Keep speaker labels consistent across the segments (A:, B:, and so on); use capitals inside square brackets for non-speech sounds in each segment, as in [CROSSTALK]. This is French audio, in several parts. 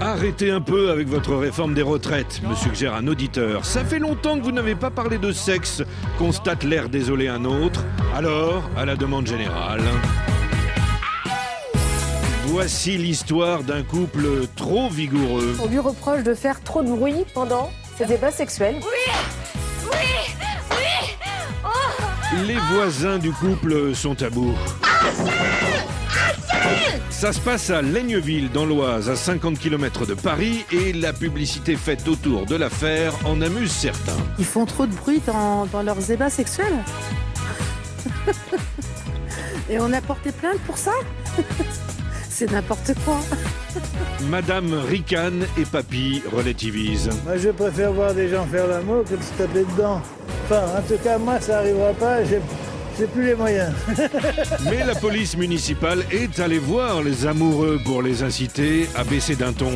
A: Arrêtez un peu avec votre réforme des retraites, me suggère un auditeur. Ça fait longtemps que vous n'avez pas parlé de sexe, constate l'air désolé un autre. Alors, à la demande générale. Voici l'histoire d'un couple trop vigoureux.
B: On lui reproche de faire trop de bruit pendant ses débats sexuels.
A: Les voisins du couple sont à bout. Ça se passe à Laigneville, dans l'Oise, à 50 km de Paris, et la publicité faite autour de l'affaire en amuse certains.
C: Ils font trop de bruit dans, dans leurs ébats sexuels. [LAUGHS] Et on a porté plainte pour ça [LAUGHS] C'est n'importe quoi.
A: Madame Ricane et Papy relativisent.
D: Moi, je préfère voir des gens faire l'amour que de se taper dedans. Enfin, en tout cas, moi, ça arrivera pas. J'ai, j'ai plus les moyens.
A: Mais la police municipale est allée voir les amoureux pour les inciter à baisser d'un ton.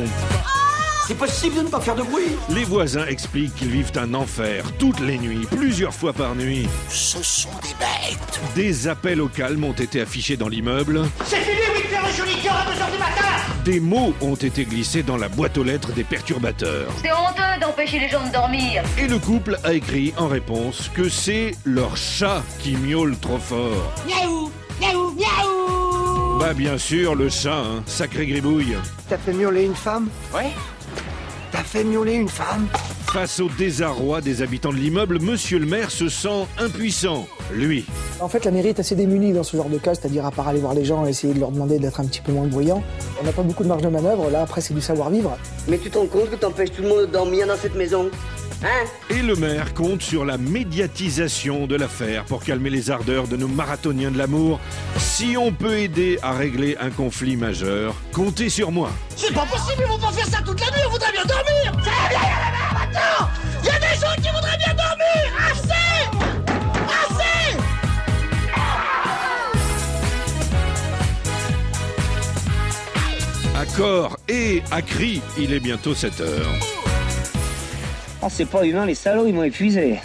E: C'est possible de ne pas faire de bruit
A: Les voisins expliquent qu'ils vivent un enfer toutes les nuits, plusieurs fois par nuit.
E: Ce sont des bêtes
A: Des appels au calme ont été affichés dans l'immeuble,
F: C'est fini, 8h et joli cœur à 2h du matin
A: des mots ont été glissés dans la boîte aux lettres des perturbateurs.
G: C'est honteux d'empêcher les gens de dormir.
A: Et le couple a écrit en réponse que c'est leur chat qui miaule trop fort.
F: Miaou Miaou Miaou
A: Bah bien sûr, le chat, hein, sacré gribouille.
E: T'as fait miauler une femme
F: Ouais
E: T'as fait miauler une femme
A: Face au désarroi des habitants de l'immeuble, monsieur le maire se sent impuissant. Lui,
H: En fait, la mairie est assez démunie dans ce genre de cas, c'est-à-dire à part aller voir les gens et essayer de leur demander d'être un petit peu moins bruyant. On n'a pas beaucoup de marge de manœuvre, là après c'est du savoir-vivre.
I: Mais tu te rends compte que t'empêches tout le monde de dormir dans cette maison Hein
A: et le maire compte sur la médiatisation de l'affaire pour calmer les ardeurs de nos marathoniens de l'amour. Si on peut aider à régler un conflit majeur, comptez sur moi.
F: C'est pas possible, ils vont pas faire ça toute la nuit, on voudrait bien dormir Ça va bien, y'a la mer maintenant Y'a des gens qui voudraient bien dormir Assez Assez
A: À corps et à cri, il est bientôt 7 heures.
I: Oh, c'est pas humain, les salauds, ils m'ont épuisé.